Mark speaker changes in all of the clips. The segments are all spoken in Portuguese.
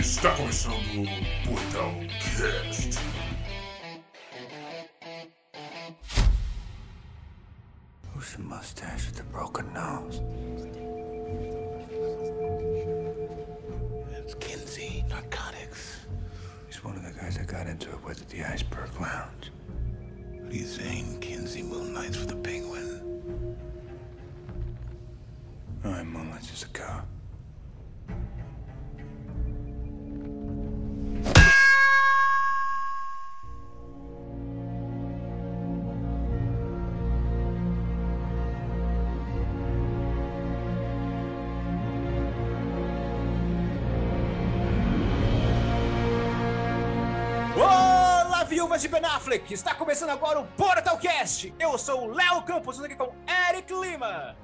Speaker 1: Está começando o Portal Cast.
Speaker 2: Who's the mustache with the broken nose? It's Kinsey Narcotics. He's one of the guys that got into it with at the Iceberg Lounge. Lee Zane, Kinsey moonlights with the penguin. All right, moonlights is a cop.
Speaker 3: Olá, viúvas de Ben Affleck! Está começando agora o Portalcast! Eu sou o Léo Campos, estou aqui com Eric Lima,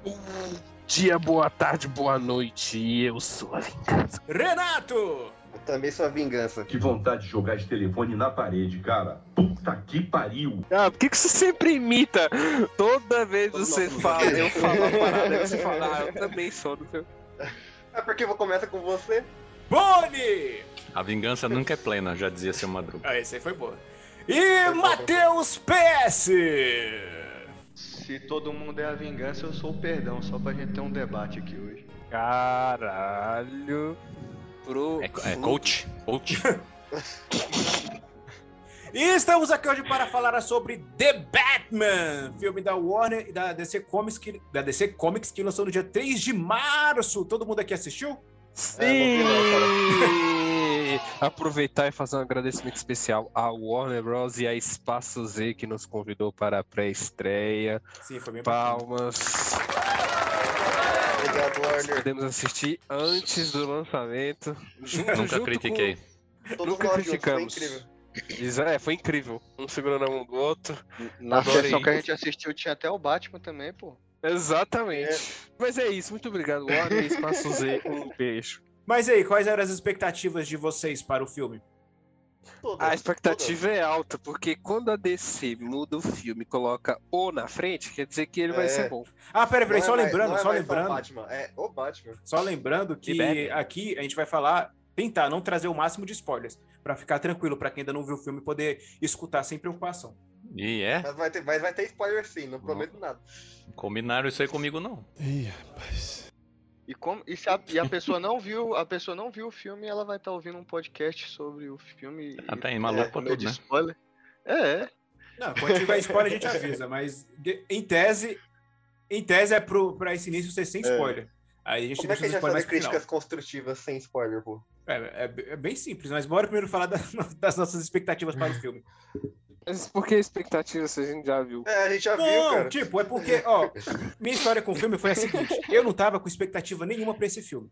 Speaker 4: dia, boa tarde, boa noite. e Eu sou a vingança.
Speaker 3: Renato,
Speaker 5: Também sua vingança.
Speaker 6: Que vontade de jogar esse telefone na parede, cara. Puta que pariu.
Speaker 4: Ah, por que, que você sempre imita? Toda vez você fala, eu falo a parada, aí você fala, ah, eu também sou do seu.
Speaker 5: É porque eu vou começar com você.
Speaker 3: Boni!
Speaker 7: A vingança nunca é plena, já dizia seu Madruga.
Speaker 3: Ah, esse aí foi boa. E Matheus PS!
Speaker 8: Se todo mundo é a vingança, eu sou o perdão, só pra gente ter um debate aqui hoje.
Speaker 4: Caralho. Pro.
Speaker 7: É, é coach? Coach?
Speaker 3: E estamos aqui hoje para falar sobre The Batman, filme da Warner e da DC Comics que, da DC Comics que lançou no dia 3 de março. Todo mundo aqui assistiu?
Speaker 5: É,
Speaker 4: Sim! Aproveitar e fazer um agradecimento especial à Warner Bros. e à Espaço Z que nos convidou para a pré-estreia.
Speaker 3: Sim, foi bem bacana.
Speaker 4: Palmas.
Speaker 5: Obrigado, Warner.
Speaker 4: Podemos assistir antes do lançamento. Junto, junto
Speaker 7: nunca
Speaker 4: com-
Speaker 7: critiquei.
Speaker 5: Todos
Speaker 4: Nunca
Speaker 5: nós juntos, foi
Speaker 4: criticamos.
Speaker 5: é incrível.
Speaker 4: Isso, é, foi incrível. Um segurando a mão do outro.
Speaker 8: Na
Speaker 4: Adorei.
Speaker 8: sessão que a gente assistiu tinha até o Batman também, pô.
Speaker 4: Exatamente. Mas é isso, muito obrigado, Warner. Espaço Z, um beijo.
Speaker 3: Mas e aí, quais eram as expectativas de vocês para o filme?
Speaker 5: Todos,
Speaker 4: A expectativa é alta, porque quando a DC muda o filme e coloca O na frente, quer dizer que ele vai
Speaker 5: É.
Speaker 4: ser bom.
Speaker 3: Ah, peraí, peraí,
Speaker 5: todos. Não
Speaker 3: só
Speaker 5: é mais-
Speaker 3: lembrando,
Speaker 5: não é
Speaker 3: só
Speaker 5: mais
Speaker 3: lembrando.
Speaker 5: O Batman. É o Batman.
Speaker 3: Só lembrando que
Speaker 4: Libere.
Speaker 3: aqui a gente vai falar, tentar não trazer o máximo de spoilers, pra ficar tranquilo, pra quem ainda não viu o filme poder escutar sem preocupação.
Speaker 7: E é,
Speaker 5: Mas vai ter, mas vai ter spoiler sim, não prometo nada.
Speaker 7: combinaram isso aí comigo não.
Speaker 8: E, como, e se a, e a pessoa não viu, a pessoa não viu o filme, ela vai estar ouvindo um podcast sobre o filme. e-
Speaker 7: Ah, tá aí, maluco
Speaker 8: é, com
Speaker 7: pra tudo,
Speaker 8: medo de
Speaker 7: né?
Speaker 8: spoiler. É, é.
Speaker 3: Não, quando tiver spoiler a gente avisa, mas de- em tese, em tese é pro, pra esse início ser sem
Speaker 5: É.
Speaker 3: spoiler. Aí a gente
Speaker 5: Como é que
Speaker 3: deixa
Speaker 5: a
Speaker 3: os
Speaker 5: gente vai
Speaker 3: spoilers mais
Speaker 5: fazer
Speaker 3: pro final.
Speaker 5: críticas construtivas sem spoiler, pô?
Speaker 3: É, é- é bem simples, mas bora primeiro falar da- das nossas expectativas para o filme.
Speaker 4: Mas por que a expectativa se a gente já viu?
Speaker 5: É, a gente já viu,
Speaker 3: Não,
Speaker 5: cara.
Speaker 3: tipo, é porque, ó, minha história com o filme foi a seguinte: eu não tava com expectativa nenhuma pra esse filme.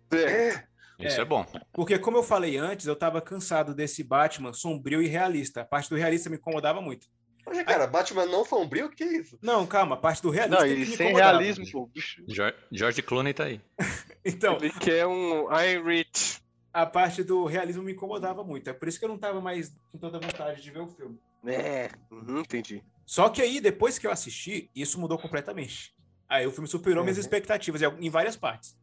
Speaker 7: Isso
Speaker 3: É.
Speaker 7: é, bom.
Speaker 3: Porque, como eu falei antes, eu tava cansado desse Batman sombrio e realista. A parte do realista me incomodava muito.
Speaker 5: Olha, cara, Batman não sombrio, que isso?
Speaker 3: Não, calma, a parte do realista
Speaker 8: Não,
Speaker 3: é que
Speaker 8: e
Speaker 3: me
Speaker 8: sem
Speaker 3: incomodava.
Speaker 8: realismo, pô. bicho.
Speaker 7: Jor- George Clooney tá aí.
Speaker 3: Então,
Speaker 4: Ele quer um I'm Rich.
Speaker 3: a parte do realismo me incomodava muito. É por isso que eu não tava mais com tanta vontade de ver o filme.
Speaker 4: É, uhum, entendi.
Speaker 3: Só que aí, depois que eu assisti, isso mudou completamente. Aí o filme superou minhas
Speaker 5: Uhum.
Speaker 3: expectativas em al- em várias partes.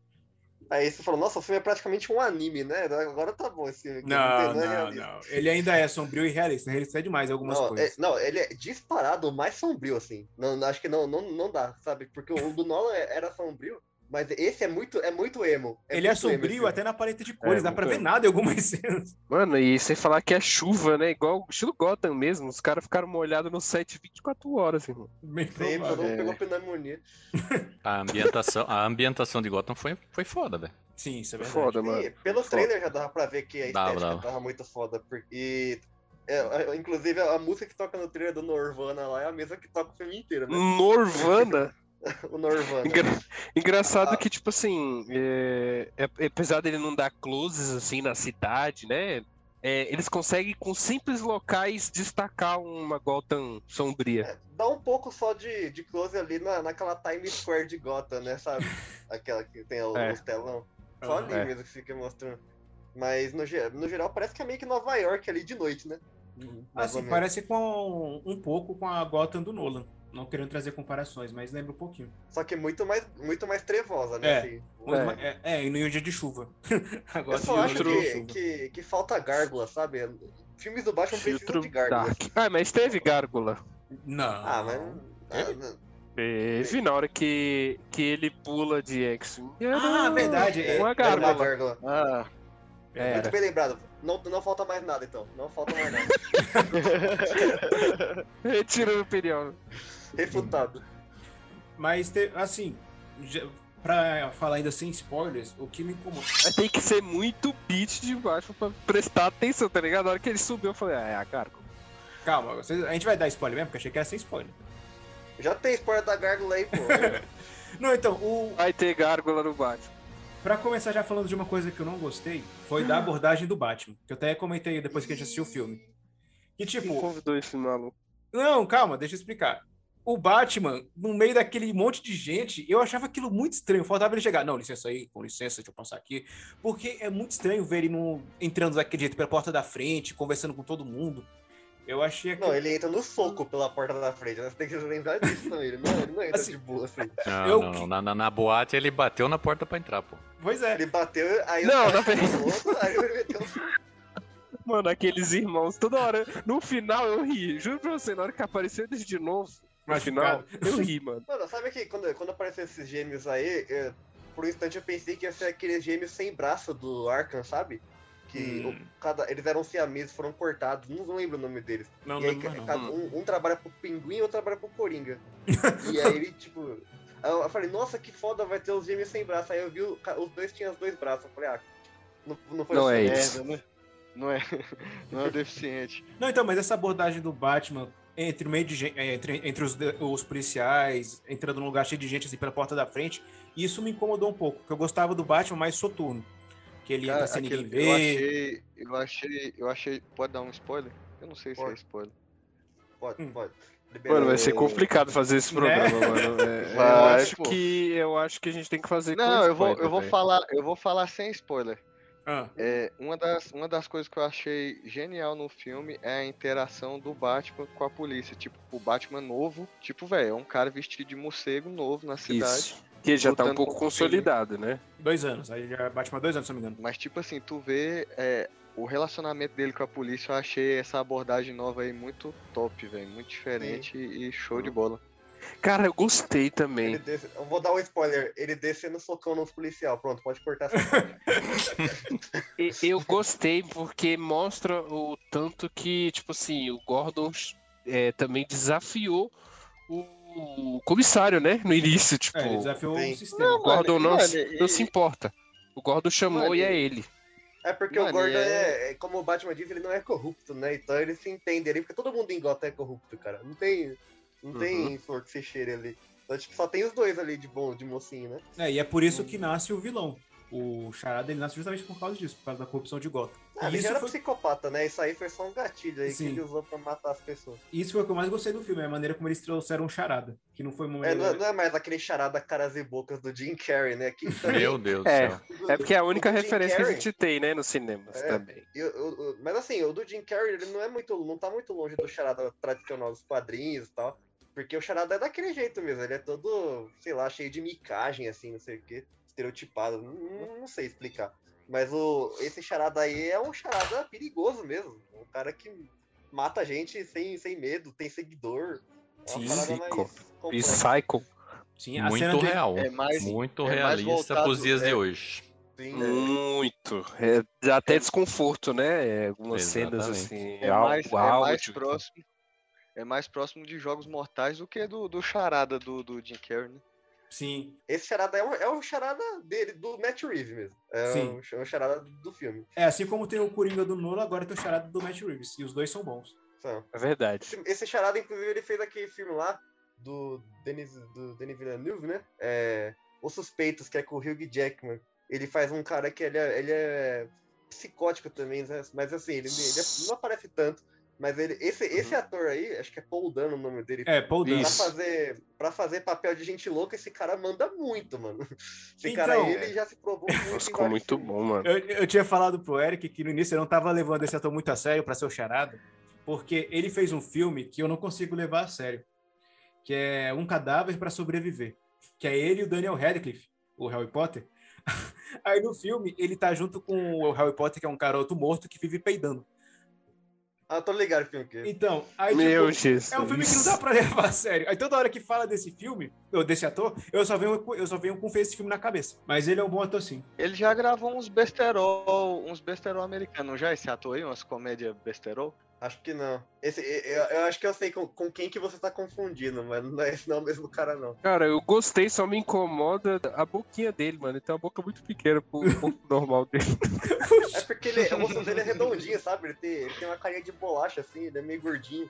Speaker 5: Aí você falou, nossa, o filme é praticamente um anime, né? Agora tá bom esse. esse
Speaker 3: Não,
Speaker 5: filme é
Speaker 3: não,
Speaker 5: realista.
Speaker 3: não. Ele ainda é sombrio e realista. Realista é demais em algumas
Speaker 5: Não, é-
Speaker 3: coisas.
Speaker 5: não, ele é disparado o mais sombrio, assim. Não, não- acho que não, não, não dá, sabe? Porque o do Nolan é- era sombrio, mas esse é muito, é muito emo.
Speaker 3: Ele é
Speaker 5: muito emo,
Speaker 3: sombrio
Speaker 5: esse
Speaker 3: até na paleta de cores,
Speaker 4: É,
Speaker 3: dá pra
Speaker 4: muito
Speaker 3: ver nada em algumas cenas.
Speaker 4: Mano, e sem falar que é chuva, né? Igual estilo Gotham mesmo. Os caras ficaram molhados no set 24 horas, irmão.
Speaker 3: Bem
Speaker 5: filme. Sim, todo
Speaker 3: provável.
Speaker 5: mundo pegou pneumonia.
Speaker 7: A ambientação, a ambientação de Gotham foi, foi foda, velho.
Speaker 3: Sim, isso é verdade.
Speaker 4: Foda, mano.
Speaker 5: E pelo trailer já dava pra ver que a
Speaker 7: Dava,
Speaker 5: estética
Speaker 7: dava.
Speaker 5: tava muito foda. Porque, e, é, a- inclusive, a música que toca no trailer do Norvana lá é a mesma que toca o filme inteiro,
Speaker 3: Hum.
Speaker 5: né?
Speaker 4: Norvana.
Speaker 5: O Norvana.
Speaker 4: Engra- Engraçado
Speaker 5: Ah.
Speaker 4: que, tipo assim, é, é- apesar dele não dar closes assim na cidade, né? é, eles conseguem com simples locais destacar uma Gotham sombria.
Speaker 5: Dá um pouco só de, de close ali na, naquela Times Square de Gotham, né? Sabe? Aquela que tem o-
Speaker 4: É.
Speaker 5: os telão. Só ali
Speaker 4: É.
Speaker 5: mesmo que fica mostrando. Mas no, ge- no geral parece que é meio que Nova
Speaker 4: Uhum.
Speaker 5: York ali de noite, né? Mais ou
Speaker 3: Assim,
Speaker 5: menos.
Speaker 3: um parece com um pouco com a Gotham do Nolan. Não querendo trazer comparações, mas lembra um pouquinho.
Speaker 5: Só que muito mais, muito mais trevosa, né?
Speaker 3: É.
Speaker 5: assim.
Speaker 3: É, é, e no dia de chuva. Agora
Speaker 5: Eu só acho
Speaker 3: filtro-
Speaker 5: que, que, que falta gárgula, sabe? Filmes do Batman precisam de gárgula. assim.
Speaker 4: Dark. Ah, mas teve gárgula.
Speaker 3: Não.
Speaker 5: Ah, mas.
Speaker 4: É? Teve na hora que, que ele pula de X-Wing.
Speaker 3: Ah, verdade. É,
Speaker 4: Uma
Speaker 5: É uma
Speaker 4: gárgula.
Speaker 5: gárgula.
Speaker 8: Ah,
Speaker 4: Era.
Speaker 5: Muito bem lembrado. Não, não falta mais nada, então. Não falta mais nada.
Speaker 4: Retiro o periódico.
Speaker 5: Refutado.
Speaker 3: Mas, te- assim, já- pra falar ainda sem spoilers, o que me incomoda.
Speaker 4: Mas Tem que ser muito beat de baixo pra prestar atenção, tá ligado? Na hora que ele subiu, eu falei, ah, é a gárgula.
Speaker 3: Calma, vocês- a gente vai dar spoiler mesmo, porque achei que era sem spoiler.
Speaker 5: Já tem spoiler da gárgula aí, pô.
Speaker 3: Não, então, o...
Speaker 4: Vai ter gárgula no Batman.
Speaker 3: pra começar já falando de uma coisa que eu não gostei, foi da abordagem do Batman, que eu até comentei depois que a gente assistiu o filme. Que,
Speaker 4: Quem
Speaker 3: tipo,
Speaker 4: convidou esse maluco?
Speaker 3: Não, calma, deixa eu explicar. O Batman, no meio daquele monte de gente, eu achava aquilo muito estranho. Faltava ele chegar. Não, licença aí, com licença, deixa eu passar aqui. Porque é muito estranho ver ele no- entrando daquele jeito pela porta da frente, conversando com todo mundo. Eu achei aquilo.
Speaker 5: Não, ele entra no soco pela porta da frente. né? Você tem que lembrar disso também. Ele não, ele não entra
Speaker 3: Assim,
Speaker 5: de boa assim.
Speaker 7: Não,
Speaker 3: Eu
Speaker 7: não,
Speaker 3: que-
Speaker 7: não. Na, na, na boate ele bateu na porta pra entrar, pô.
Speaker 3: Pois é.
Speaker 5: Ele bateu, aí
Speaker 4: Não,
Speaker 5: o
Speaker 4: na
Speaker 5: cara
Speaker 4: verdade-
Speaker 5: pulou, aí ele meteu um
Speaker 4: Mano, aqueles irmãos, toda hora. No final eu ri. Juro pra você, na hora que apareceu eles de novo. No final,
Speaker 3: Machucado.
Speaker 4: eu ri, mano.
Speaker 5: Mano, sabe que quando, quando apareceram esses gêmeos aí, eu- por um instante eu pensei que ia ser aqueles gêmeos sem braço do Arkham, sabe? Que
Speaker 3: Hum.
Speaker 5: o- cada, eles eram siameses, foram cortados, não lembro o nome deles.
Speaker 3: Não,
Speaker 5: e aí,
Speaker 3: lembro mais não.
Speaker 5: cada- um, um trabalha pro Pinguim e outro trabalha pro Coringa. e aí ele, tipo... aí Eu falei, nossa, que foda, vai ter os gêmeos sem braço. Aí eu vi, o ca- os dois tinham os dois braços. Eu falei, ah, não, não foi
Speaker 4: Não
Speaker 5: assim.
Speaker 4: é isso.
Speaker 8: merda, né? Não é, não é deficiente.
Speaker 3: Não, então, mas essa abordagem do Batman entre o meio de gente, entre, entre os, de- os policiais, entrando num lugar cheio de gente assim pela porta da frente, isso me incomodou um pouco, porque eu gostava do Batman mais soturno. Que ele
Speaker 8: Cara,
Speaker 3: entra sem ninguém
Speaker 8: aquele- eu
Speaker 3: ver.
Speaker 8: achei, eu achei, eu achei. Pode dar um spoiler? Eu não sei se é
Speaker 5: Pode.
Speaker 8: spoiler.
Speaker 5: Pode,
Speaker 3: Hum.
Speaker 5: pode. Libera
Speaker 4: Mano, vai
Speaker 5: o-
Speaker 4: ser complicado fazer esse
Speaker 3: Né?
Speaker 4: programa, mano. É,
Speaker 8: Vai,
Speaker 4: eu, acho
Speaker 8: pô.
Speaker 4: que, eu acho que a gente tem que fazer. com
Speaker 8: Não, eu vou,
Speaker 4: spoiler,
Speaker 8: eu vou
Speaker 4: velho.
Speaker 8: falar, eu vou falar sem spoiler.
Speaker 3: Ah,
Speaker 8: É, uma, das, uma das coisas que eu achei genial no filme é a interação do Batman com a polícia. Tipo, o Batman novo, tipo, velho, é um cara vestido de morcego novo na cidade.
Speaker 4: Isso. Que já tá um
Speaker 8: Lutando
Speaker 4: pouco
Speaker 8: com o
Speaker 4: consolidado, né?
Speaker 3: dois anos. Aí já Batman dois anos, se não me engano.
Speaker 8: Mas, tipo assim, tu vê é, o relacionamento dele com a polícia. Eu achei essa abordagem nova aí muito top, velho. Muito diferente e e show de bola.
Speaker 4: Cara, eu gostei
Speaker 5: Ele
Speaker 4: também.
Speaker 5: desce- eu vou dar um spoiler. Ele descendo socão nos policial. Pronto, pode cortar essa
Speaker 4: E- Eu gostei porque mostra o tanto que, tipo assim, o Gordon é, também desafiou o comissário, né? No início, tipo,
Speaker 3: É, ele desafiou
Speaker 5: bem.
Speaker 3: o sistema.
Speaker 4: o Gordon não,
Speaker 8: Mano,
Speaker 4: se-
Speaker 8: e-
Speaker 4: não se importa. O Gordon chamou
Speaker 8: Mano,
Speaker 4: e é ele.
Speaker 5: É porque o
Speaker 8: Mano,
Speaker 5: Gordon
Speaker 8: é-
Speaker 5: é... é- como o Batman diz, ele não é corrupto, né? Então ele se entende ali, porque todo mundo em Gotham é corrupto, cara. Não tem, não
Speaker 3: Uhum.
Speaker 5: tem flor que se cheira ali. Então, tipo, só tem os dois ali de bom, de mocinho, né?
Speaker 3: É, e é por isso que nasce o vilão. O Charada ele nasce justamente por causa disso, por causa da corrupção de Gotham.
Speaker 5: Ah,
Speaker 3: E
Speaker 5: ele já
Speaker 3: isso,
Speaker 5: era
Speaker 3: foi,
Speaker 5: psicopata, né? Isso aí foi só um gatilho aí
Speaker 3: Sim.
Speaker 5: que ele usou pra matar as pessoas.
Speaker 3: isso foi o que eu mais gostei do filme, é a maneira como eles trouxeram o Charada. Que não foi né? uma
Speaker 5: É,
Speaker 3: maneira.
Speaker 5: não, é- não é mais aquele charada caras e bocas do Jim Carrey, né? Que também-
Speaker 7: Meu Deus
Speaker 4: É.
Speaker 7: do céu.
Speaker 5: o do-
Speaker 4: É porque é a única
Speaker 5: o do Jim
Speaker 4: referência que a
Speaker 5: Carrey,
Speaker 4: gente tem, né, nos cinemas
Speaker 5: É.
Speaker 4: também.
Speaker 5: eu- eu- eu- mas assim, o do Jim Carrey, ele não é muito, não tá muito longe do charada tradicional dos quadrinhos e tal. Porque o charada é daquele jeito mesmo, ele é todo, sei lá, cheio de micagem, assim, não sei o quê, estereotipado, não, não- não sei explicar. Mas o, esse charada aí é um charada perigoso mesmo, um cara que mata gente sem, sem medo, tem seguidor. É
Speaker 3: Sim,
Speaker 5: uma parada mais
Speaker 4: psico.
Speaker 5: complexa.
Speaker 4: Psycho.
Speaker 3: Sim, a cena
Speaker 7: Muito
Speaker 3: dele-
Speaker 7: real.
Speaker 8: É mais-
Speaker 7: Muito
Speaker 8: é mais
Speaker 7: realista
Speaker 8: voltado,
Speaker 7: pros dias de
Speaker 8: é.
Speaker 7: hoje.
Speaker 5: Sim, é.
Speaker 4: Muito. É, dá até desconforto, né? Algumas cenas
Speaker 7: Exatamente.
Speaker 4: assim.
Speaker 8: É
Speaker 4: ao-
Speaker 8: mais,
Speaker 4: o
Speaker 8: é mais
Speaker 4: áudio. tipo
Speaker 8: próximo. É mais próximo de jogos mortais do que do, do charada do, do Jim Carrey, né?
Speaker 3: Sim.
Speaker 5: Esse charada é um, é um charada dele, do Matt Reeves mesmo. É
Speaker 3: Sim.
Speaker 5: um, é um charada do filme.
Speaker 3: É assim como tem o Coringa do Nolo, agora tem o Charada do Matt Reeves. E os dois são bons.
Speaker 5: São.
Speaker 4: É verdade.
Speaker 5: Esse, esse charada, inclusive, ele fez aquele filme lá do Denis, do Denis Villeneuve, né? É, Os Suspeitos, que é com o Hugh Jackman. Ele faz um cara que ele é, ele é psicótico também, né? mas assim, ele, ele não aparece tanto. Mas ele, esse, esse ator aí, acho que é Paul Dano o nome dele.
Speaker 3: Uhum. É, Paul Dano.
Speaker 5: Pra
Speaker 4: Isso.
Speaker 5: fazer, pra fazer papel de gente louca, esse cara manda muito, mano. Esse cara
Speaker 3: Então,
Speaker 5: aí, ele já se provou muito. em
Speaker 4: Nossa, ficou
Speaker 5: vários
Speaker 4: muito
Speaker 5: filmes.
Speaker 4: bom, mano.
Speaker 3: Eu, eu tinha falado pro Eric que no início eu não tava levando esse ator muito a sério pra ser o Charada, porque ele fez um filme que eu não consigo levar a sério. que é Um Cadáver para Sobreviver, que é ele e o Daniel Radcliffe, o Harry Potter. Aí no filme, ele tá junto com o Harry Potter, que é um garoto morto que vive peidando.
Speaker 5: Ah, tô ligado, filme que.
Speaker 3: Então, aí
Speaker 4: Meu
Speaker 3: tipo,
Speaker 4: Jesus.
Speaker 3: é um filme que não dá pra levar a sério. Aí toda hora que fala desse filme, ou desse ator, eu só venho, com- eu só venho com esse filme na cabeça. Mas ele é um bom ator sim.
Speaker 8: Ele já gravou uns besterol, uns besterol americanos, já esse ator aí, umas comédias besterol.
Speaker 5: Acho que não. Esse, eu, eu acho que eu sei com, com quem que você tá confundindo, mas não é esse não é o mesmo cara, não.
Speaker 4: Cara, eu gostei, só me incomoda a boquinha dele, mano. Ele tem uma boca muito pequena pro corpo normal dele.
Speaker 5: É porque ele, o rosto dele é redondinho, sabe? Ele tem, ele tem uma carinha de bolacha, assim, ele é meio gordinho.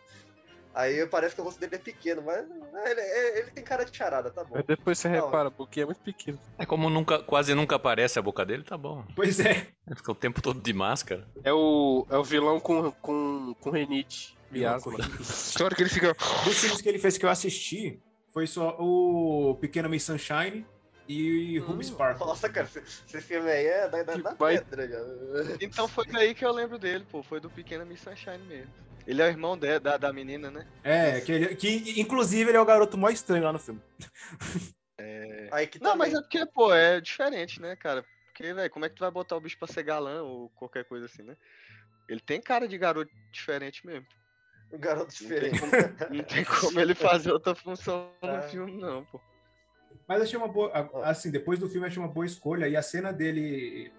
Speaker 5: Aí parece que o rosto dele é pequeno, mas é, ele, é- ele tem cara de charada, tá bom.
Speaker 4: Mas depois você
Speaker 5: Não.
Speaker 4: repara, a boquinha é muito pequena.
Speaker 7: É como nunca, quase nunca aparece a boca dele, tá bom.
Speaker 3: Pois é.
Speaker 7: Ele fica o tempo todo de máscara.
Speaker 4: É o, é o vilão com, com, com renite. E
Speaker 3: Vilão com
Speaker 4: asma. Toda hora que ele fica.
Speaker 3: Dos filmes que ele fez que eu assisti, foi só o Pequena Miss Sunshine e Ruby Sparkle.
Speaker 5: Hum. Nossa, cara, esse, esse filme aí é da, da,
Speaker 4: Que
Speaker 5: da
Speaker 4: baita-
Speaker 5: pedra, já.
Speaker 8: Então foi daí que eu lembro dele, pô. Foi do Pequena Miss Sunshine mesmo. Ele é o irmão de- da, da menina, né?
Speaker 3: É, que, ele- que inclusive ele é o garoto mais estranho lá no filme.
Speaker 5: Aí que
Speaker 8: Não,
Speaker 5: também-
Speaker 8: mas é porque, pô, é diferente, né, cara? Porque, velho, como é que tu vai botar o bicho pra ser galã ou qualquer coisa assim, né? Ele tem cara de garoto diferente mesmo.
Speaker 5: Um garoto diferente.
Speaker 8: Não tem é- como ele fazer outra função
Speaker 5: É.
Speaker 8: no filme, não, pô.
Speaker 3: Mas achei uma boa. a- Assim, depois do filme, achei uma boa escolha. E a cena dele.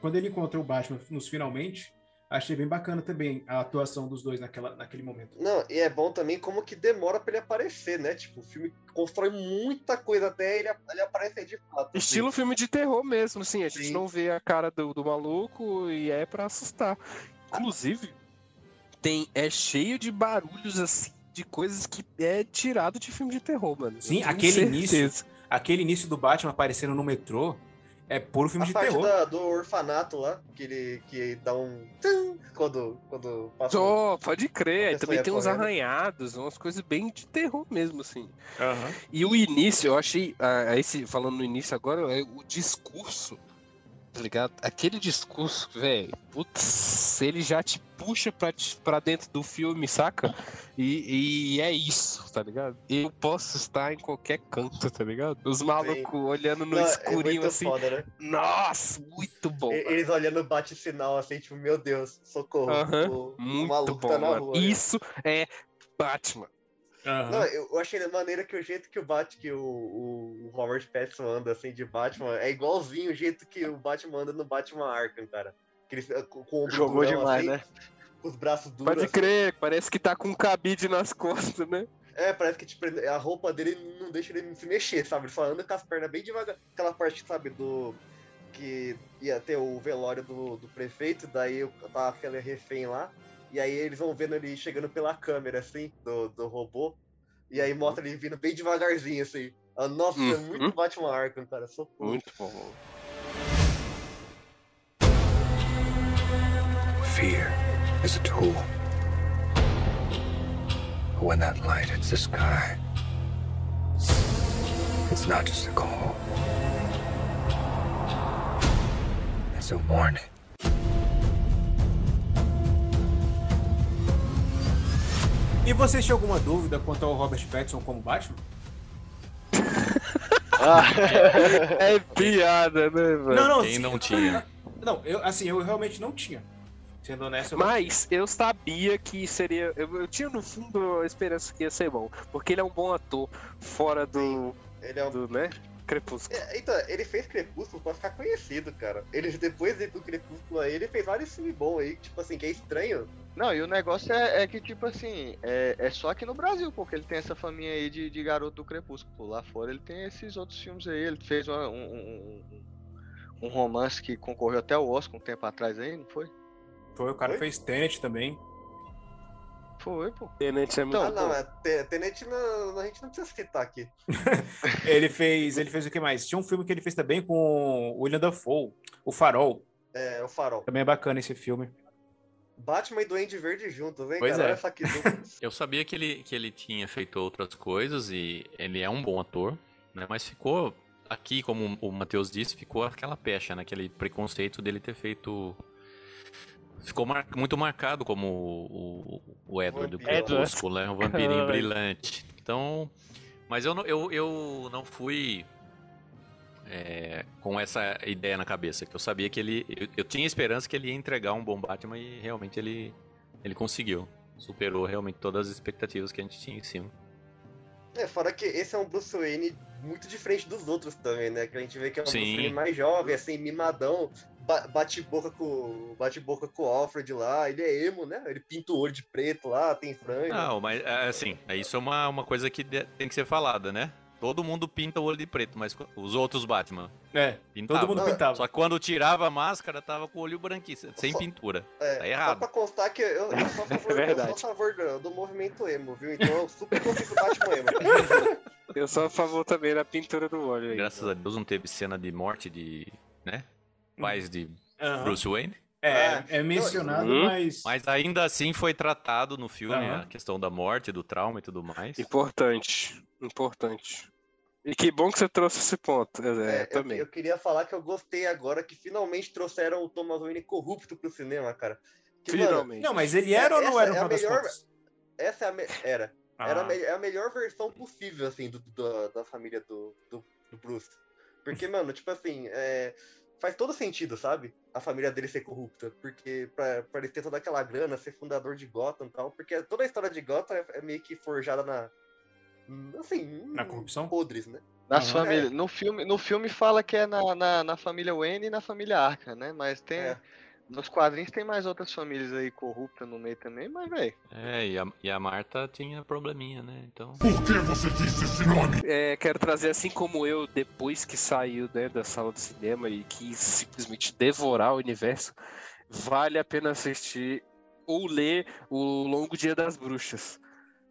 Speaker 3: Quando ele encontra o Batman nos finalmente, achei bem bacana também a atuação dos dois naquela, naquele momento.
Speaker 5: Não, e é bom também como que demora pra ele aparecer, né? Tipo, o filme constrói muita coisa até ele, ele aparecer de fato. assim.
Speaker 4: Estilo filme de terror mesmo, assim. A gente
Speaker 5: Sim.
Speaker 4: não vê a cara do, do maluco e é pra assustar. Inclusive, tem, é cheio de barulhos assim. De coisas que é tirado de filme de terror, mano. Eu
Speaker 3: Sim,
Speaker 4: tenho
Speaker 3: aquele início.
Speaker 4: certeza.
Speaker 3: Aquele início do Batman aparecendo no metrô é puro filme
Speaker 5: A
Speaker 3: de
Speaker 5: parte
Speaker 3: terror.
Speaker 5: da- do orfanato lá, que ele que dá um. tum quando, quando passa. um- o-
Speaker 4: Só, pode crer. Aí
Speaker 5: Pessoa
Speaker 4: também
Speaker 5: ia
Speaker 4: tem uns
Speaker 5: correndo.
Speaker 4: arranhados, umas coisas bem de terror mesmo, assim. E o início, eu achei. ah, Aí, se- falando no início agora, é o discurso. Tá ligado? Aquele discurso, velho. Putz, ele já te puxa pra, te- pra dentro do filme, saca? E, e é isso, tá ligado? Eu posso estar em qualquer canto, tá ligado? Os malucos olhando no
Speaker 5: Não, é
Speaker 4: escurinho
Speaker 5: muito
Speaker 4: assim.
Speaker 5: foda, né?
Speaker 4: Nossa, muito bom.
Speaker 5: E-
Speaker 4: mano.
Speaker 5: Eles olhando o bate-sinal assim, tipo, meu Deus, socorro.
Speaker 4: Aham,
Speaker 5: o- o,
Speaker 4: Muito
Speaker 5: maluco
Speaker 4: bom,
Speaker 5: tá na
Speaker 4: mano.
Speaker 5: rua. né?
Speaker 4: Isso é Batman.
Speaker 5: Não, eu eu achei da maneira que o jeito que o Batman, que o, o, o Robert Pattinson anda assim de Batman, é igualzinho o jeito que o Batman anda no Batman Arkham, cara. Que ele, fica com, com o ombro
Speaker 8: Jogou
Speaker 5: durão,
Speaker 8: demais,
Speaker 5: assim,
Speaker 8: né?
Speaker 5: com os braços duros.
Speaker 4: Pode
Speaker 5: assim.
Speaker 4: crer, parece que tá com um cabide nas costas, né?
Speaker 5: É, parece que tipo, ele- a roupa dele não deixa ele se mexer, sabe? Ele só anda com as pernas bem devagar. Aquela parte, sabe, do. Que ia ter o velório do, do prefeito, daí o- tá aquele refém lá. E aí eles vão vendo ele chegando pela câmera, assim, do, do robô. E aí mostra ele vindo bem devagarzinho, assim. Ah, Nossa, é
Speaker 4: Uhum.
Speaker 5: muito Batman Arkham, cara. Socorro.
Speaker 4: Muito bom.
Speaker 2: Fear is a tool. But when that light hits the sky, it's not just a call, it's a warning.
Speaker 3: E vocês tinham alguma dúvida quanto ao Robert Pattinson como Batman?
Speaker 8: Ah.
Speaker 4: É piada, né, velho?
Speaker 7: Quem não tinha?
Speaker 3: Não, eu, assim, eu realmente não tinha. Sendo honesto, eu não-
Speaker 4: Mas eu sabia que seria. Eu, eu tinha no fundo a esperança que ia ser bom. Porque ele é um bom ator, fora do.
Speaker 5: Ele é um
Speaker 4: do né? Crepúsculo.
Speaker 5: É, Então, ele fez Crepúsculo pra ficar conhecido, cara. Ele, depois do Crepúsculo aí, ele fez vários filmes bons aí, tipo assim, que é estranho.
Speaker 8: Não, e o negócio é, é que, tipo assim, é, é só aqui no Brasil, porque ele tem essa família aí de, de garoto do Crepúsculo. Lá fora ele tem esses outros filmes aí. Ele fez uma- um, um- um- um romance que concorreu até o Oscar um tempo atrás aí, não foi?
Speaker 3: Foi, o cara
Speaker 5: Oi?
Speaker 3: fez Tenet também.
Speaker 8: Foi, pô.
Speaker 4: Tenente é muito
Speaker 7: Então,
Speaker 5: ah,
Speaker 4: bom.
Speaker 5: não, é, Te- Tenet não, a gente não precisa citar aqui.
Speaker 3: Ele fez, ele fez o que mais? Tinha um filme que ele fez também com o William Dafoe, O Farol.
Speaker 5: É, o Farol.
Speaker 3: Também é bacana esse filme.
Speaker 5: Batman e Duende Verde juntos, hein,
Speaker 3: Pois
Speaker 5: cara?
Speaker 3: é.
Speaker 5: Olha só que dupla.
Speaker 7: Eu sabia que ele, que ele tinha feito outras coisas e ele é um bom ator, né? Mas ficou aqui, como o Matheus disse, ficou aquela pecha, né? Aquele preconceito dele ter feito. Ficou mar- muito marcado como o, o, o Edward do
Speaker 5: Vampiro.
Speaker 7: Crepúsculo, né? O vampirinho
Speaker 4: Caralho.
Speaker 7: brilhante. Então, mas eu não, eu, eu não fui é, com essa ideia na cabeça, que eu sabia que ele, eu, eu tinha esperança que ele ia entregar um bom Batman e realmente ele, ele conseguiu. Superou realmente todas as expectativas que a gente tinha em cima.
Speaker 5: É, fora que esse é um Bruce Wayne muito diferente dos outros também, né? Que a gente vê que é um
Speaker 7: Sim.
Speaker 5: Bruce Wayne mais jovem, assim, mimadão, ba- bate boca com bate boca com o Alfred lá, ele é emo, né? Ele pinta o olho de preto lá, tem franja.
Speaker 7: Não, mas é, assim, é isso é uma, uma coisa que de- tem que ser falada, né? Todo mundo pinta o olho de preto, mas co- os outros Batman
Speaker 3: É,
Speaker 7: pintavam.
Speaker 3: todo mundo pintava.
Speaker 7: Só que quando tirava a máscara, tava com o olho branquíssimo, sem
Speaker 5: Só-
Speaker 7: pintura.
Speaker 5: É,
Speaker 7: tá errado. É
Speaker 5: Só pra constar que eu, eu sou a favor, eu sou a
Speaker 4: verdade.
Speaker 5: favor do, do movimento emo, viu? Então eu super confio no Batman emo.
Speaker 4: Eu sou a favor também da pintura do olho aí.
Speaker 7: Graças a Deus não teve cena de morte de, né? Pais de
Speaker 3: Hum. Aham.
Speaker 7: Bruce Wayne.
Speaker 5: Ah,
Speaker 3: É, é mencionado,
Speaker 4: Hum.
Speaker 3: mas.
Speaker 7: Mas ainda assim foi tratado no filme
Speaker 3: Aham.
Speaker 7: a questão da morte, do trauma e tudo mais.
Speaker 4: Importante. Importante. E que bom que você trouxe esse ponto. É,
Speaker 5: É, eu-
Speaker 4: também.
Speaker 5: Eu, queria falar que eu gostei agora que finalmente trouxeram o Thomas Wayne corrupto pro cinema, cara. Que, mano,
Speaker 4: Finalmente.
Speaker 3: Não, mas ele era ou não
Speaker 5: Essa
Speaker 3: era no
Speaker 5: é a
Speaker 3: final das
Speaker 5: melhor-
Speaker 3: contas?
Speaker 5: essa é a me- era. Era a,
Speaker 3: Ah.
Speaker 5: me- é a melhor versão possível, assim, do, do- da família do, do, do Bruce. Porque, mano, tipo assim, é, faz todo sentido, sabe? A família dele ser corrupta. Porque pra, pra ele ter toda aquela grana, ser fundador de Gotham e tal. Porque toda a história de Gotham é, é meio que forjada na. Assim.
Speaker 3: Na corrupção?
Speaker 5: Podres, né?
Speaker 8: Nas
Speaker 3: Aham.
Speaker 8: famílias. No, filme, no filme fala que é na, na, na família Wayne e na família Arca, né? Mas tem.
Speaker 5: É.
Speaker 8: Nos quadrinhos tem mais outras famílias aí corruptas no meio também, mas, velho.
Speaker 7: É, e a, e a Marta tinha probleminha, né? Então.
Speaker 1: Por que você disse esse nome?
Speaker 4: É, quero trazer assim como eu, depois que saiu né, da sala do cinema e que simplesmente devorar o universo, vale a pena assistir ou ler o Longo Dia das Bruxas,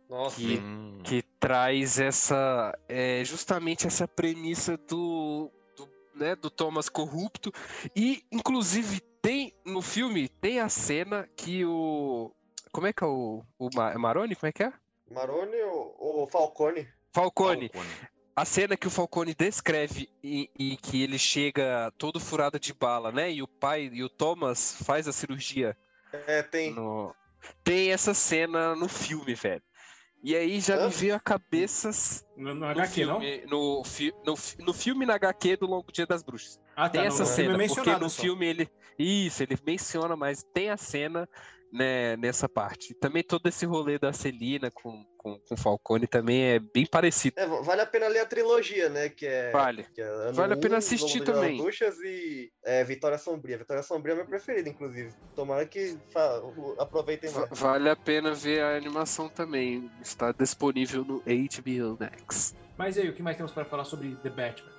Speaker 5: Nossa.
Speaker 4: Que-
Speaker 7: hum,
Speaker 4: que traz essa é, justamente essa premissa do, do, né, do Thomas corrupto e inclusive tem no filme tem a cena que o como é que é o, o Ma- Maroni como é que é
Speaker 5: Maroni ou, ou Falcone?
Speaker 4: Falcone a cena que o Falcone descreve e, e que ele chega todo furado de bala, né? E o pai e o Thomas faz a cirurgia.
Speaker 5: É, tem.
Speaker 4: no- Tem essa cena no filme, velho. E aí já
Speaker 5: Hã?
Speaker 4: me veio a cabeça s-
Speaker 3: No, no
Speaker 4: no,
Speaker 3: HQ, não?
Speaker 4: filme, no, fi- no fi- no filme na HQ do Longo Dia das Bruxas.
Speaker 3: Ah,
Speaker 4: Tem
Speaker 3: no-
Speaker 4: essa
Speaker 3: no
Speaker 4: cena,
Speaker 3: filme é
Speaker 4: porque
Speaker 3: mencionado
Speaker 4: no
Speaker 3: só.
Speaker 4: filme ele. Isso, ele menciona, mas tem a cena né, nessa parte. Também todo esse rolê da Celina com, com, com o Falcone também é bem parecido.
Speaker 5: É, vale a pena ler a trilogia, né? Que é.
Speaker 4: Vale.
Speaker 5: que é Ano
Speaker 4: Vale a pena
Speaker 5: Um,
Speaker 4: assistir
Speaker 5: Lobo de Vela
Speaker 4: também.
Speaker 5: Bruxas e é, Vitória Sombria. Vitória Sombria é meu preferido, inclusive. Tomara que fa- o- aproveitem
Speaker 4: Va-
Speaker 5: mais.
Speaker 4: Vale a pena ver a animação também. Está disponível no HBO Max.
Speaker 3: Mas aí, o que mais temos pra falar sobre The Batman?